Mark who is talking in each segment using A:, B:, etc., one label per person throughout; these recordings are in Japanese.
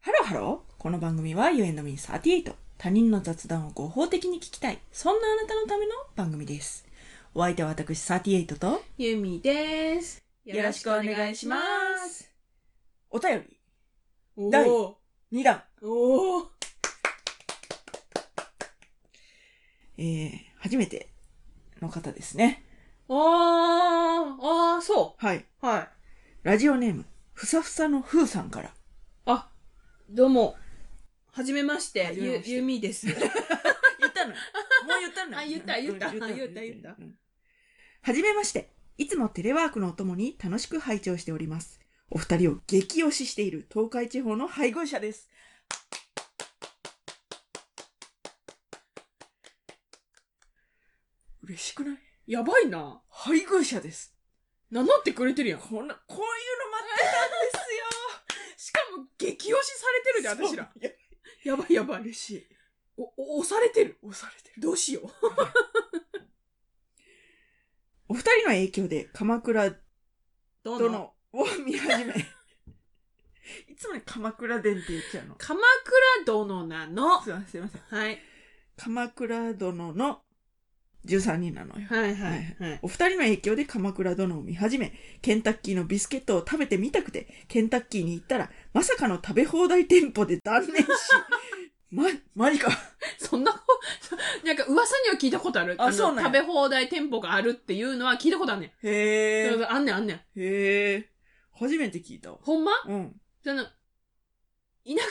A: ハローこの番組は You and me38 他人の雑談を合法的に聞きたいそんなあなたのための番組ですお相手は私38と
B: ゆみです。よろしくお願いします。
A: お便
B: お
A: 第
B: ー
A: り2弾
B: おー
A: えー、初めての方ですね
B: あー、あー、そ。
A: はいう
B: はい。
A: ラジオネームふさふさのふーさんから
B: あ、どうも。はじめまして。
A: はじめ
B: ゆ
A: ま、して
B: ゆみです。
A: 言ったのよ。もう言ったのよ。
B: あ言った言った
A: うん
B: 言った言った。
A: うんはじめまして。いつもテレワークのお供に楽しく拝聴しております。お二人を激推ししている東海地方の配偶者です。嬉しくない
B: やばいな。
A: 配偶者です。
B: 名乗ってくれてるやん。
A: こんな、こういうの待ってたんですよ。
B: しかも、激推しされてるで、私ら。
A: そう。いや
B: やばいやばい。
A: 嬉しい。
B: お、お押されてる。
A: 押されてる。
B: どうしよう。
A: お二人の影響で鎌倉
B: ど
A: 殿を見始め。いつもね、鎌倉殿って言っちゃうの。
B: 鎌倉殿なの。
A: すいません。すいません
B: はい。
A: 鎌倉殿の13人なのよ。
B: はいはいはい。
A: お二人の影響で鎌倉殿を見始め、ケンタッキーのビスケットを食べてみたくて、ケンタッキーに行ったら、まさかの食べ放題店舗で断念し、 ま、マジか。
B: そんな、 なんか噂には聞いたことある。
A: あ
B: の
A: そうなんや
B: 食べ放題店舗があるっていうのは聞いたことあんねん。
A: へ
B: そうそうあんねんあんねん。
A: へえ。初めて聞いたわ。
B: ほんま
A: うん。
B: その、田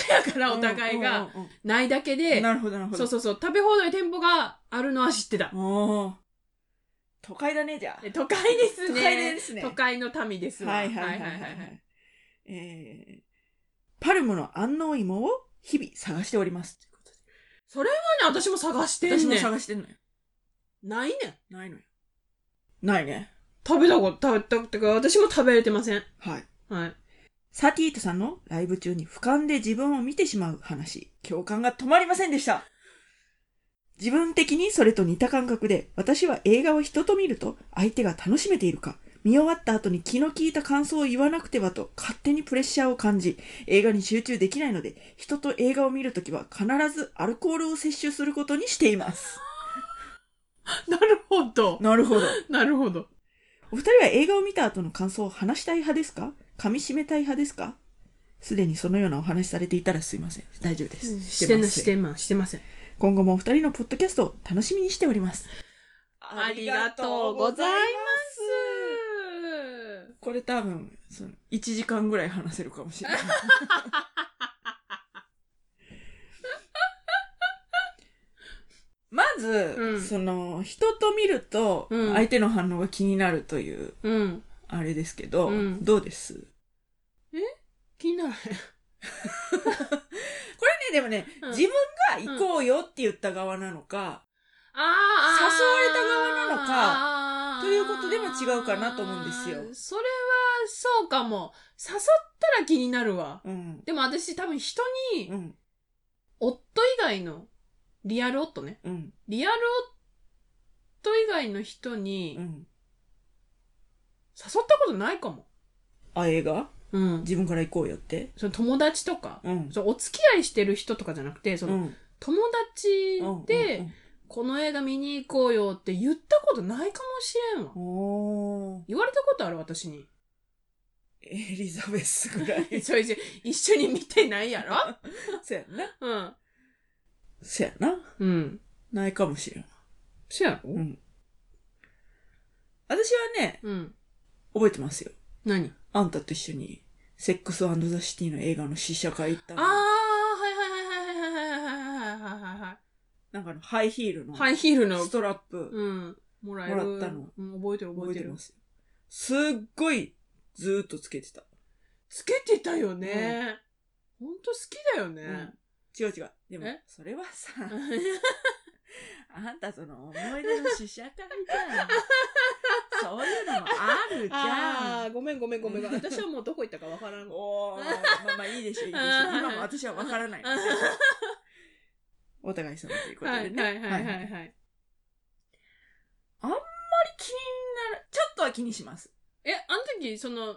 B: 舎やからお互いが、
A: うんうんうん
B: ないだけ
A: うん。
B: で、
A: なるほど、なるほど。
B: そうそうそう、食べ放題店舗があるのは知ってた。
A: おー都会だね、じゃあ。
B: え都会ですね。
A: 都会ですね
B: 都会の民ですわ。
A: はいはいはいはいはい。えー、パルムの安納芋を日々探しております。
B: それはね、私も探して
A: 私
B: ん
A: も
B: ねん。
A: 探してんのよ。
B: ないねん。
A: ないのよ。ないね。
B: 食べたこと、食べたことか、私も食べれてません。
A: はい。
B: はい。
A: サティートさんのライブ中に俯瞰で自分を見てしまう話、共感が止まりませんでした。自分的にそれと似た感覚で、私は映画を人と見ると相手が楽しめているか、見終わった後に気の利いた感想を言わなくてはと勝手にプレッシャーを感じ、映画に集中できないので、人と映画を見るときは必ずアルコールを摂取することにしています。
B: なるほど。
A: なるほど。
B: なるほど。
A: お二人は映画を見た後の感想を話したい派ですか噛み締めたい派ですかすでにそのようなお話しされていたらすいません。大丈夫です。
B: して
A: ま
B: な、
A: す
B: してま、してません。
A: 今後もお二人のポッドキャストを楽しみにしております。
B: ありがとうございます。
A: これ多分、その、1時間ぐらい話せるかもしれない。 まず、
B: うん
A: その、人と見ると、
B: うん
A: 相手の反応が気になるという、
B: うん。
A: あれですけど、
B: うん
A: どうです
B: 気にならへん。
A: これね、でもね、
B: うん
A: 自分が行こうよって言った側なのか、
B: ああ
A: 誘われた側なの
B: か
A: ということでも違うかなと思うんですよ
B: それは、そうかも。誘ったら気になるわ。
A: うん。
B: でも私多分人に
A: う、ん。
B: 夫以外の、リアル夫ね。
A: うん。
B: リアル夫以外の人に
A: う、ん。
B: 誘ったことないかも。
A: あ、映画
B: うん。
A: 自分から行こうよって。
B: その友達とか、
A: うん。
B: そのお付き合いしてる人とかじゃなくて、その
A: ん。
B: 友達で、この映画見に行こうよって言ったことないかもしれんわ
A: うん、。おー。
B: 言われたことある私に。
A: エリザベスぐらい。
B: それじゃ一緒に見てないやろ
A: そやんな。
B: うん。
A: そやな。
B: うん。
A: ないかもしれん。
B: そやろ
A: うん。私はね、
B: うん。
A: 覚えてますよ。
B: 何
A: あんたと一緒に、セックスザ・シティの映画の試写会行った
B: あ
A: の
B: ー、はいはいはいはいはいはいはいはいはいは
A: なんかあのハイヒールの
B: い。ハイヒールの
A: ス、トラップ
B: うん。もらえる。
A: もらったの
B: うん、覚えてる覚
A: 覚
B: え
A: え
B: て
A: て
B: る
A: ま。すよ。すっごいずーっとつけてた。
B: つけてたよね。ほんと好きだよ
A: う
B: ね
A: ん。違う違う。でも
B: え、
A: それはさ、 あんたその思い出の試写会じ ゃん。そういうのもあるじゃ
B: あ
A: ん。
B: ー、ごめんごめんごめん。私はもうどこ行ったかわからん。う
A: おー、まあまあいいでしょう、いいでしょう。
B: あー
A: 今も私はわからない
B: ん。
A: お互い様ということ
B: は
A: で
B: い
A: ね。
B: はいはいはいは
A: あんまり
B: い。
A: 気になら、ちょっとは気にします。
B: え、あの時、その、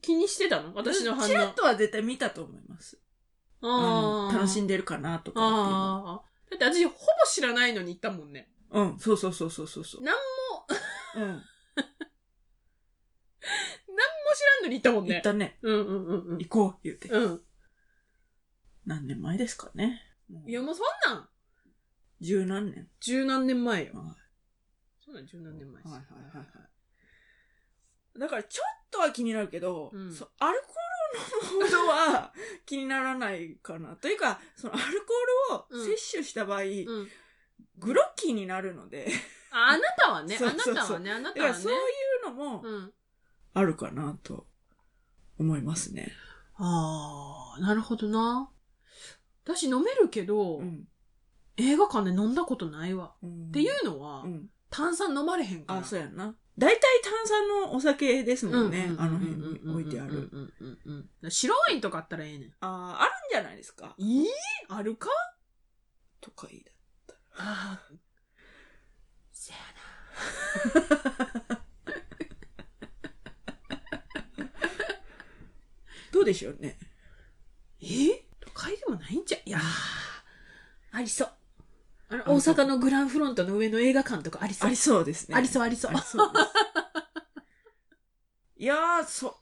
B: 気にしてたの私の反応。
A: チラッとは絶対見たと思います。あの楽し
B: で
A: んでるかなとかっていうの。
B: あーだって私、ほぼ知らないのに行ったもんね。
A: うん、そうそうそうそうそうそう。
B: なん
A: も。うん。
B: もう知らんのに行ったもん
A: 行
B: ね。
A: ったね。
B: うんうんうんうん。
A: 行こう、言うて。
B: うん。
A: 何年前ですかね。もう
B: いや、もうそんなん、
A: 十何年。
B: 十何年前よ。
A: は
B: そんなん十何年前
A: い
B: です
A: はいはいはい。だからちょっとは気になるけど、
B: うん
A: そアルコールの濃度は気にならないかな。というか、そのアルコールを摂取した場合、
B: うん。
A: グロッキーになるので、
B: ああなたはね、
A: そ
B: あ
A: う
B: な
A: そう
B: た
A: そう
B: はね、あな
A: だか
B: たは
A: ら
B: ね
A: そう。いうのも
B: うん。
A: あるかなと思いますね。
B: ああ、なるほどな。私飲めるけど、
A: うん。
B: 映画館で飲んだことないわ。
A: っ
B: っていうのは、
A: うん。
B: 炭酸飲まれへんから。
A: あ、そうやんな。大体炭酸のお酒ですもんね。あの辺に置いてある。
B: うんうんうんうん。白ワインとかあったらええねん。
A: ああ、あるんじゃないですか。
B: いいあるか
A: とか言いだ。
B: ああ。せや
A: どうでしょうね。
B: な。え都会でもないんじゃ。いやーありそう。あの、
A: あり
B: 大
A: そう
B: 阪のグランフロントの上の映画館とかありそう。
A: ありそうですね。
B: ありそう、ありそう
A: あ。りそうです。いやー、そ、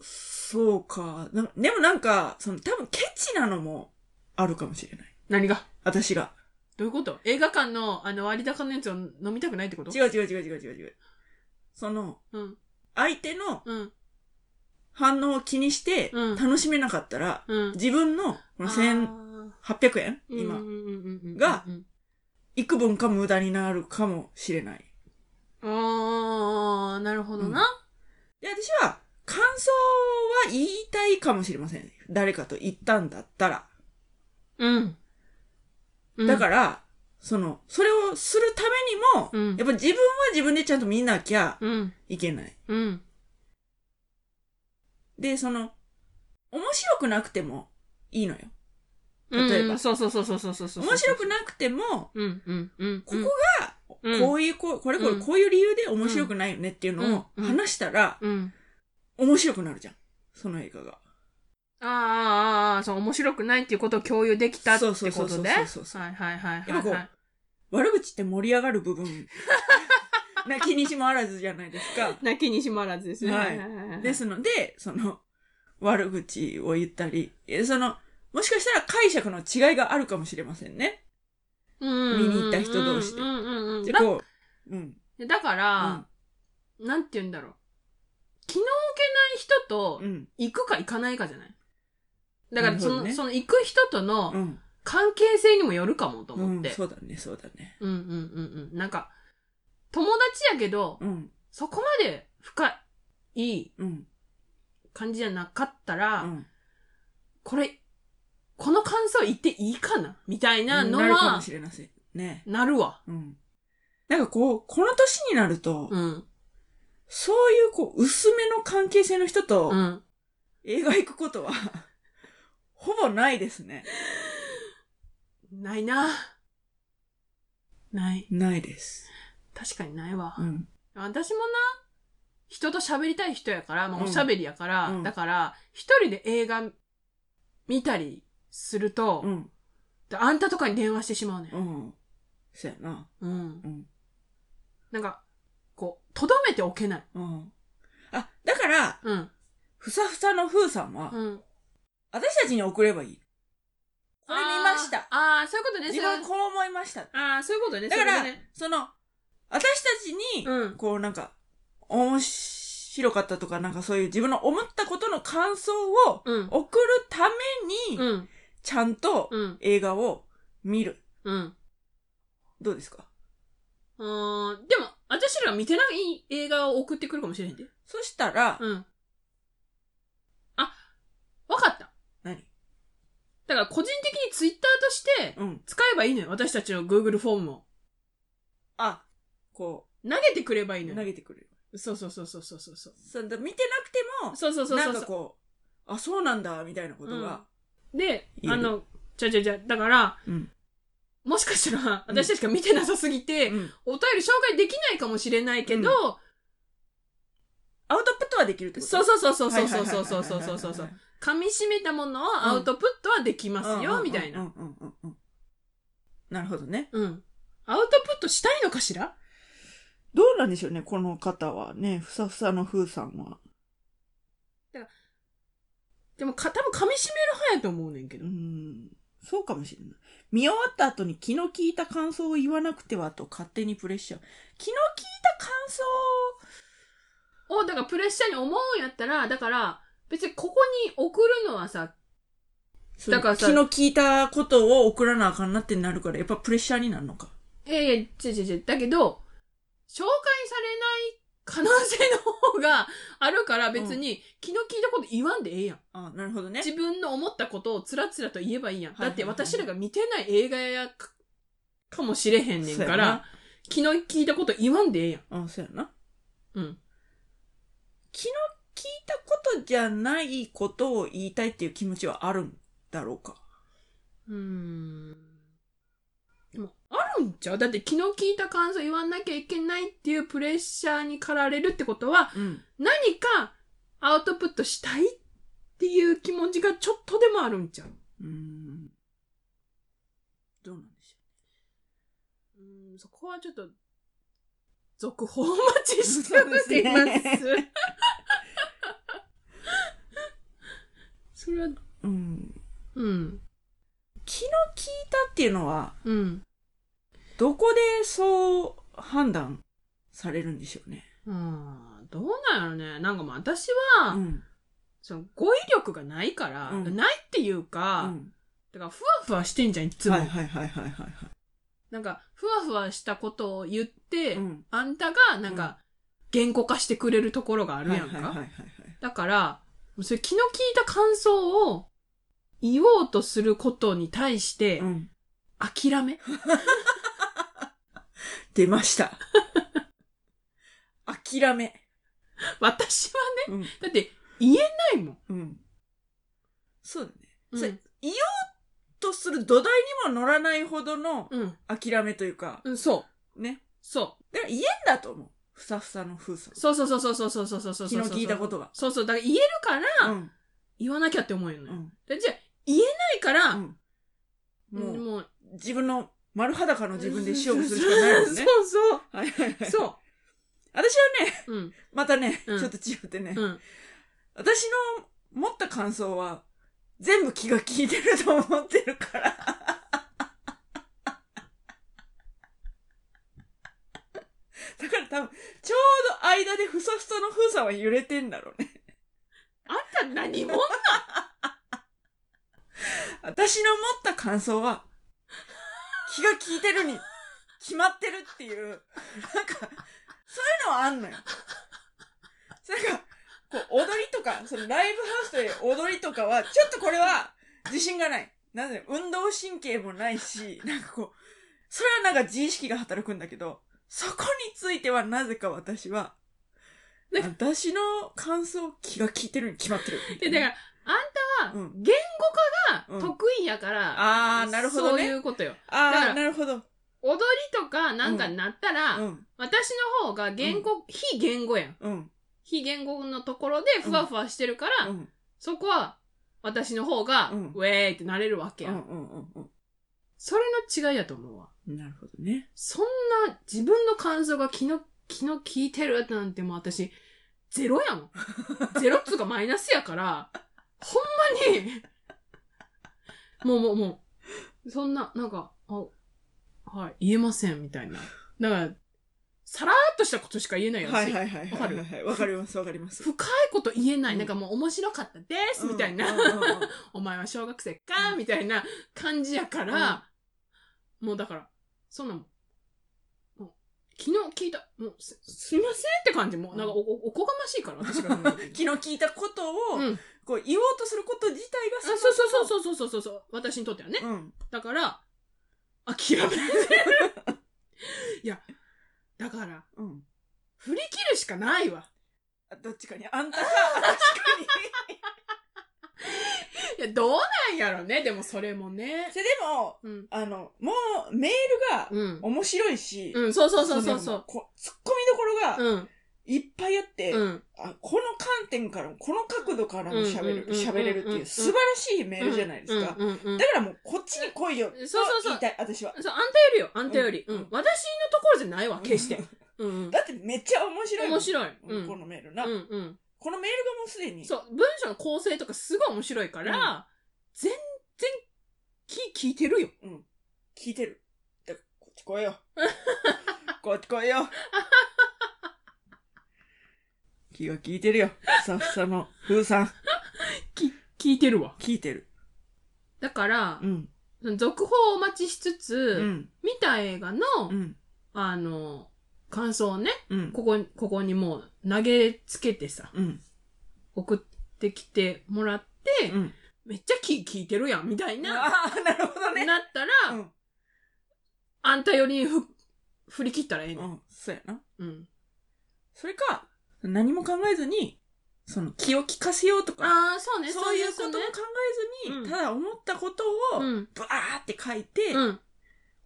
A: そうか。なでもなんか、その多分ケチなのもあるかもしれない。
B: 何が
A: 私が。
B: どういうこと映画館の、あの、割高のやつを飲みたくないってこと
A: 違う違う違う違う違う違う。その、
B: うん。
A: 相手の
B: うん。
A: 反応を気にして
B: うん
A: 楽しめなかったら、
B: うん。
A: 自分のこの1800円、今、
B: 今
A: が、
B: うん
A: 幾分か無駄になるかもしれない。
B: ああ、なるほどな。
A: で、私は、感想は言いたいかもしれません。誰かと言ったんだったら。
B: うん。うん
A: だから、その、それをするためにも、
B: うん
A: やっぱ自分は自分でちゃんと見なきゃ
B: うん。
A: いけない。
B: うん。
A: で、その、面白くなくてもいいのよ。例えば
B: うんそうそうそうそうそうそうそう。
A: 面白くなくても、
B: うんうんうん。
A: ここが、
B: うん
A: こういう、こうこれこれ、
B: うん
A: こういう理由で面白くないよねっていうのを
B: うん
A: 話したら、
B: うん。
A: 面白くなるじゃん。その映画が。
B: あーあー、あーそう、面白くないっていうことを共有できたって
A: そ
B: こ
A: うそうそうそう
B: とで。
A: そうそうそう
B: はいはいはいはい
A: やっぱこう
B: はい。
A: 悪口って盛り上がる部 分、な気にしもあらずじゃないですか。
B: 泣きにしまらずですね。
A: はい
B: い
A: ですので、その、悪口を言ったり、えその、もしかしたら解釈の違いがあるかもしれませんね。
B: 見
A: 見に行った人同士で
B: うんうんうん
A: で、
B: だ
A: こう、うん。
B: だから、なんて言うんだろう。気の置けない人と
A: うん。う、ん。
B: 行くか行かないかじゃないだから、
A: なるほ
B: そ
A: ど
B: の、
A: ね
B: その行く人と
A: う
B: の
A: ん。
B: 関係性にもよるかもと思っ
A: うん
B: て。
A: そうだね、そうだね。
B: うんうんうんうん。なんか、友達やけど、
A: うん。
B: そこまで深い
A: うん。
B: 感じじゃなかった
A: う
B: ら、
A: ん。
B: これ、この感想言っていいかなみたいなの
A: なるかも
B: は、
A: しれません。ね。
B: なるわ。
A: うん。なんかこう、この年になると、
B: うん。
A: そういうこう、薄めの関係性の人と、
B: うん。
A: 映画行くことは、 ほぼないですね。
B: ないな。ない。
A: ないです。
B: 確かにないわ。
A: うん。
B: 私もな、人と喋りたい人やから、まあ
A: うん
B: おしゃべりやから、
A: うん
B: だから、一人で映画見たりすると、
A: うん。
B: あんたとかに電話してしまうね
A: う。ん。そやな。
B: うん
A: う。ん。
B: なんか、こう、とどめておけない。
A: うん。あ、だから、
B: うん。
A: ふさふさのふーさんは、
B: うん。
A: 私たちに送ればいい。これ見ました。
B: あーあー、そういうことね。
A: 自
B: そうい
A: 分
B: う
A: はこう思いました。
B: ああ、そういうことね。
A: だから
B: それでね、
A: その、私たちに、
B: うん
A: こうなんか、面白かったとか、なんかそういう自分の思ったことの感想を
B: うん。
A: 送るために、
B: うん。
A: ちゃんと
B: うん。
A: 映画を見る。
B: うん。
A: どうですか
B: あーでも、私ら見てない映画を送ってくるかもしれへんで。
A: そしたら、
B: うん。あ、わかった。
A: 何
B: だから個人的にツイッターとして
A: うん。
B: 使えばいいのよ。私たちの Google フォームを。
A: あ、こ、
B: 投げてくればいいうの
A: 投
B: よ。
A: げてくれる。
B: そうそうそうそうそうそうそう。
A: そうだ見てなくても、
B: そうそうそうそ
A: な
B: う
A: んか
B: そ
A: こう、あ、そうなんだ、みたいなことが、
B: う。で、
A: 言え
B: あ
A: る
B: の、じゃじゃじゃ、だから、
A: うん
B: もしかしたら
A: うん
B: 私たちが見てなさすぎて、
A: うん
B: お便り紹介できないかもしれないけど、
A: アウトプットはできるってこと
B: そうそうそうそうそうそうそう
A: はいはいはいはいはい
B: そうそうそう。噛み締めたものをアウトプットははできますよ、みたいな。
A: うんうんうんうん。なるほどね。
B: うん。アウトプットしたいのかしら
A: どうなんでしょうね、この方はね、ふさふさのふーさんは。
B: でもか、多分噛み締める派やと思うねんけ
A: う
B: ど。
A: ん、そうかもしれない。見終わった後に気の利いた感想を言わなくてはと勝手にプレッシャー。気の利いた感想
B: を、だからプレッシャーに思うんやったら、だから、別にここに送るのはさ、
A: そう
B: だからさ
A: 気の利いたことを送らなあかんなってなるから、やっぱプレッシャーになるのか。
B: いやいや、違う違う違う。だけど、紹介されない可能性の方があるから、別に気の利いたこと言わんでええやん。
A: あなるほどね。
B: 自分の思ったことをつらつらと言えばいいやん。
A: はい
B: だ
A: はい
B: っ
A: はい
B: て私らが見てない映画やかかもしれへんねんか
A: そうやな
B: ら、気の利いたこと言わんでええやん。
A: あそうやな。
B: うん。
A: 気の利いたことじゃないことを言いたいっていう気持ちはあるんだろうか。
B: うーん。でも、あるんちゃうだって気の利いた感想言わなきゃいけないっていうプレッシャーに駆られるってことは、
A: うん。
B: 何かアウトプットしたいっていう気持ちがちょっとでもあるんちゃう
A: うーん。どうなんでし
B: うん、そこはちょっと、続報をお待ちしております。そ
A: そうですね
B: れは、
A: ょう。うん。
B: うん、
A: 気の利いたっていうのは、
B: うん。
A: どこでそう判断されるんでしょうね。
B: うん、どうなんやろね。なんかもう私は、
A: うん。
B: その語彙力がないから、
A: うん
B: ないっていう
A: う
B: か、
A: ん
B: だからふわふわしてんじゃん、いつも。
A: はいはいはいはいはいは
B: なんか、ふわふわしたことを言って、
A: い。ん。
B: あんたが、なんか、言語化してくれるところがあ
A: あ
B: るやんか。
A: はいはいはいはいはい。
B: だから、それ気の利いた感想を言おうとすることに対して
A: う、ん。
B: 諦 め、
A: 出ま した。諦め。
B: 私はね、
A: うん。
B: だって言えないもん。
A: うん。そうだね。
B: うん
A: それとする土台にも乗らないほどの
B: うん。
A: 諦めというか、
B: うん、そう。
A: ね。
B: そ
A: だから言えんだと思う。ふさふさの風さん
B: う。。そうそうそうそうそうそうそうそうそう。
A: 気の利いたことが。
B: そうそう。だから言えるから、
A: ん。
B: 言わなきゃって思うよ
A: う
B: ね。
A: ん。
B: でじゃあ、言えないから、
A: うん。も
B: もう、
A: う、
B: もう
A: 自分の丸裸の自分で勝負するしかないもんね。
B: そうそう。
A: はいはいはい。
B: そ
A: 私はね、
B: う。 うん。
A: またね、
B: うん
A: ちょっと違ってね、
B: うん。
A: 私の持った感想は、全部気が利いてると思ってるから。だから多分、ちょうど間でふさふさの風さんは揺れてんだろうね。
B: あんた何も
A: 私の持った感想は、気が利いてるに決まってるっていう、なんか、そういうのはあんのよ。それが、こう、踊りとか、そのライブハウスで踊りとかは、ちょっとこれは自信がない。なんで、運動神経もないし、なんかこう、それはなんか自意識が働くんだけど、そこについてはなぜか私は、
B: ね
A: 私の感想、気が利いてるに決まってる。
B: いや、だから、あん
A: う
B: たは
A: ん、
B: 言語化が
A: うん
B: 得意やから、
A: あー、なるほど
B: そうい
A: ね。
B: うことよ。だか
A: あ
B: ら
A: ー、なるほど。
B: 踊りとかなんかになったら、
A: うん、
B: 私の方が言語、非言語やん。
A: うん。
B: 非言語のところでふわふわしてるから、
A: うん
B: そこは私の方が、
A: うん
B: ウェーイってなれるわけやん。
A: うんうん
B: それの違いやと思うわ。
A: うん。なるほどね。
B: そんな自分の感想が気の、気の利いてるなんてもう私、ゼロやもん。 ゼロっつうかマイナスやから、ほんまに、もうもうもう、そんな、なんか、あ、はい、言えませんみたいな。だから、さらーっとしたことしか言えないよ、私
A: はいはいはい
B: わか
A: はい
B: る
A: はい。わかりますわかります。
B: 深いこと言えない、
A: うん
B: なんかもう面白かったです、みたいな、
A: うんうんうんうん
B: お前は小学生か、みたいな感じやから、もうだから、そんなもん。もう昨日聞いた、もうす、すいませんって感じ、もう、なんかお、おおこがましいから、私 が。
A: 気の利いたことを、
B: うん。あ
A: こう言おうとすること自体が
B: そうそうそうそうそうそうそう、私にとってはね。
A: う。うん。
B: だから、諦めて る。いや、だから、
A: うん。
B: 振り切るしかないわ。
A: あどっちかに。あんた か、確かに。
B: いや、どうなんやろね、でもそれもね
A: そ。れでも、
B: うん。
A: あの、もうメールが
B: うん。
A: 面白いし、
B: うん、そうそうそうそうそ
A: の
B: う。
A: こ突っ込みどころが、
B: うん。
A: いっぱいあって、
B: うん。
A: あこの観点からも、この角度からも喋れる、
B: うんうんうんうん
A: 喋れるっていう素晴らしいメールじゃないですか。
B: うんうんうんうん
A: だからもうこっちに来いよ。と
B: そうそうそう
A: 言いたい、私は。
B: そう、あんたよりよ、あんたより。
A: う
B: うんん。私のところじゃないわ、決して。うんうん。
A: だってめっちゃ面白いもん。
B: 面白い。う
A: こ
B: ん。
A: のメールな、
B: うんうん。
A: このメールがもうすでに。
B: そう、文章の構成とかすごい面白いから、全然き聞いてるよ。
A: うん。聞いてる。だからこっち 来いよ。こっち来いよ。気が聞いてるよ。スタッフさんの、ふーさん、
B: き聞いてるわ。
A: 聞いてる。
B: だから
A: う、ん。
B: その続報をお待ちしつつ、
A: うん。
B: 見た映画の、
A: うん。
B: あの、感想をね、
A: うん。
B: ここに、ここにもう投げつけてさ、
A: うん。
B: 送ってきてもらって、
A: うん。
B: めっちゃき聞いてるやん、みたいな、
A: ああ、なるほどね。
B: なったら、
A: うん。
B: あんたよりふ、振り切ったらええ
A: う
B: ねん。
A: ん。そうやな。
B: うん。
A: それか、何も考えずに、その気を利かせようとか、
B: ああ、そうね、
A: そういうことも考えず
B: う
A: に、
B: ん
A: ただ思ったこと
B: そう
A: を、
B: ね
A: バーって書いて
B: う、ん。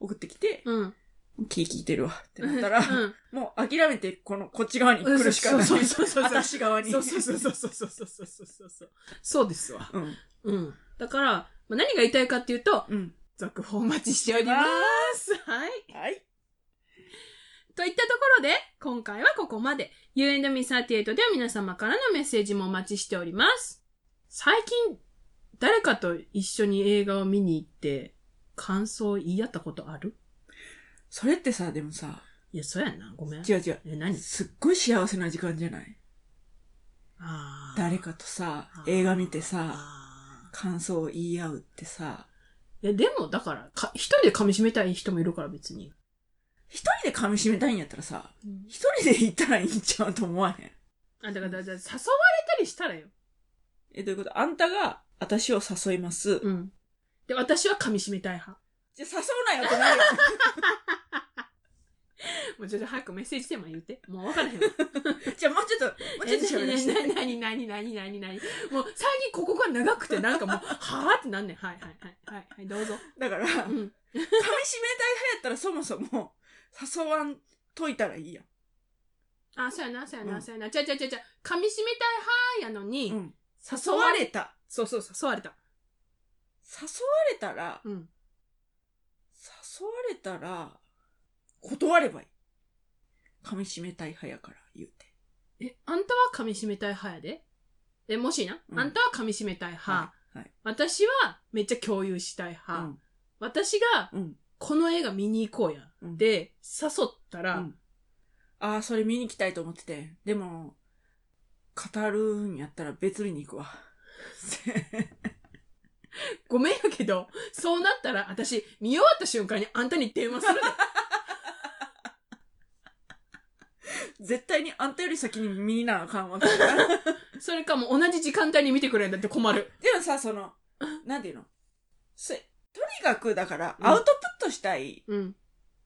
A: 送ってきて、
B: うん。うん。
A: 気聞いてるわってなったら、
B: うん
A: もう諦めて、この、こっち側に来るしかない。
B: そうそうそうそう
A: 私側に。
B: そうそうそうそうそうそうそうそうそうそう。そうですわ。
A: うん。
B: うん。だから、まあ、何が言いたいかっていうと、
A: うん。
B: 続報お待ちしております。はい。
A: はい。
B: といったところで、今回はここまで。U&Me38 では皆様からのメッセージもお待ちしております。最近、誰かと一緒に映画を見に行って、感想を言い合ったことある
A: それってさ、でもさ、
B: いや、そうやんな。ごめん。
A: 違う違う。
B: え、何
A: すっごい幸せな時間じゃない
B: あー
A: 誰かとさ
B: あ、ー
A: 映画見てさ、
B: あ
A: 感想を言い合うってさ、
B: ーいや、でも、だから、か、一人で噛み締めたい人もいるから別に。
A: 一人で噛み締めたいんやったらさ、一人で行ったらいいんちゃうと思わへん。
B: あ、だから、だから誘われたりしたらよ。
A: え、どういうことあんたが私を誘います。
B: うん。で、私は噛み締めたい派。
A: じゃ、誘うなよってなるよ。
B: もうちょっと早くメッセージテーマ言って。もう分からへんわ。
A: じゃあもうちょっと、もうちょっと喋らせて。
B: なになになになになにもう最近ここが長くてなんかもう、はぁってなんねん。はいはいはい。はい、はい、どうぞ。
A: だから、噛み締
B: う
A: め
B: ん。
A: たい派やったらそもそも、誘わんといたらいいやん。
B: あ、そうやな、そうや
A: うん
B: な、そうやな。ちゃうちゃうちゃうちゃう。噛み締めたい派やのに、
A: うん。
B: 誘
A: 誘
B: わ
A: わ
B: れ、
A: れた。
B: そうそう、誘われた。
A: 誘われたら、
B: うん。
A: 誘われたら、断ればいい。噛み締めたい派やから、言うて。
B: え、あんたは噛み締めたい派やで。え、もしな、
A: うん
B: あんたは噛み締めたい派。
A: い。はい。
B: 私はめっちゃ共有したい派。私が
A: うん。うん。
B: この映画見に行こうや。
A: うん、
B: で、誘った
A: う
B: ら、
A: ん、ああ、それ見に行きたいと思ってて。でも、語るんやったら別日に行くわ。
B: ごめんやけど、そうなったら私、見終わった瞬間にあんたに電話するで。
A: 絶対にあんたより先に見なあかんわけ
B: それかもう同じ時間帯に見てくれんだって困る。
A: でもさ、その、なんていうのせとにかく、だから、
B: うん
A: アウトプットしたい
B: うん。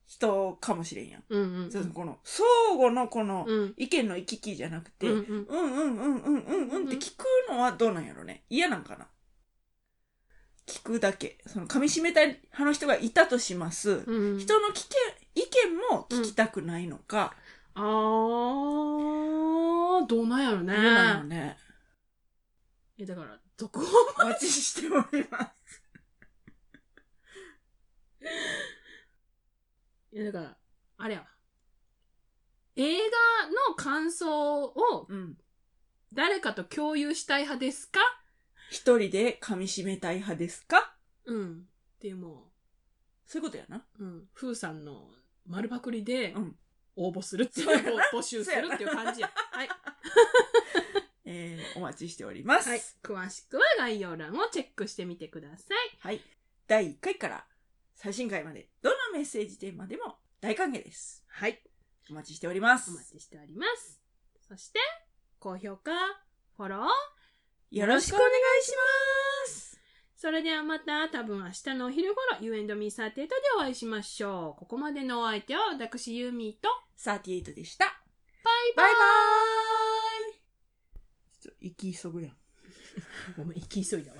A: 人かもしれんやん。
B: うんうん。
A: そうこの、相互のこの、
B: うん。
A: 意見の行き来じゃなくて、
B: う
A: うん
B: んうん、
A: うんうんうんうんうんって聞くのはどうなんやろね嫌なんかな聞くだけ。その、噛み締めたい派の人がいたとします。
B: うんうん。
A: 人の聞け、意見も聞きたくないのか。
B: あー、どうなんやろね。
A: どうなのね。
B: え、だから、続報
A: お待ちしております。
B: いや、だから、あれやわ。映画の感想を
A: うん。
B: 誰かと共有したい派ですか
A: 一人で噛み締めたい派ですか
B: うん。でも、
A: そういうことやな。
B: うん。ふーさんの丸パクリで
A: うん、
B: 応募するっていう、
A: そうやな
B: 募集するっていう感じや。 はい。
A: えー、お待ちしております。
B: はい。詳しくは概要欄をチェックしてみてください。
A: はい。第1回から最新回まで、どのメッセージテーマでも大歓迎です。
B: はい。
A: お待ちしております。
B: お待ちしております。そして、高評価、フォロー、
A: よろしくお願いします。
B: それではまた多分明日のお昼頃 You and me38 でお会いしましょう。ここまでのお相手は私ユーミーと
A: 38でした。
B: バイバ
A: バイバー
B: イ
A: イちょっと息急ぐやん。
B: ごめん、行き急いだわ。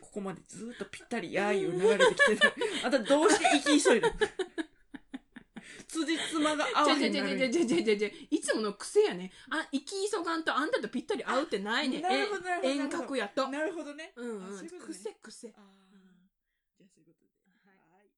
A: ここまでずっとぴったりやーいう流れてきてた。あんたどうして息急いだのず 辻褄が合
B: じ
A: わ
B: ゃじ
A: へ
B: ゃ
A: ん
B: じ
A: な
B: ゃ
A: る
B: じゃじゃじゃじゃじゃいつもの癖やね。あ、行き急がんとあんたとぴったり合うってないね。
A: なるほどなるほど
B: え遠隔やと。
A: なるほどね。
B: うんう
A: あそうい
B: ん。
A: うことね
B: 癖癖。
A: あー
B: うん
A: じゃあそういうことで。
B: はい
A: はい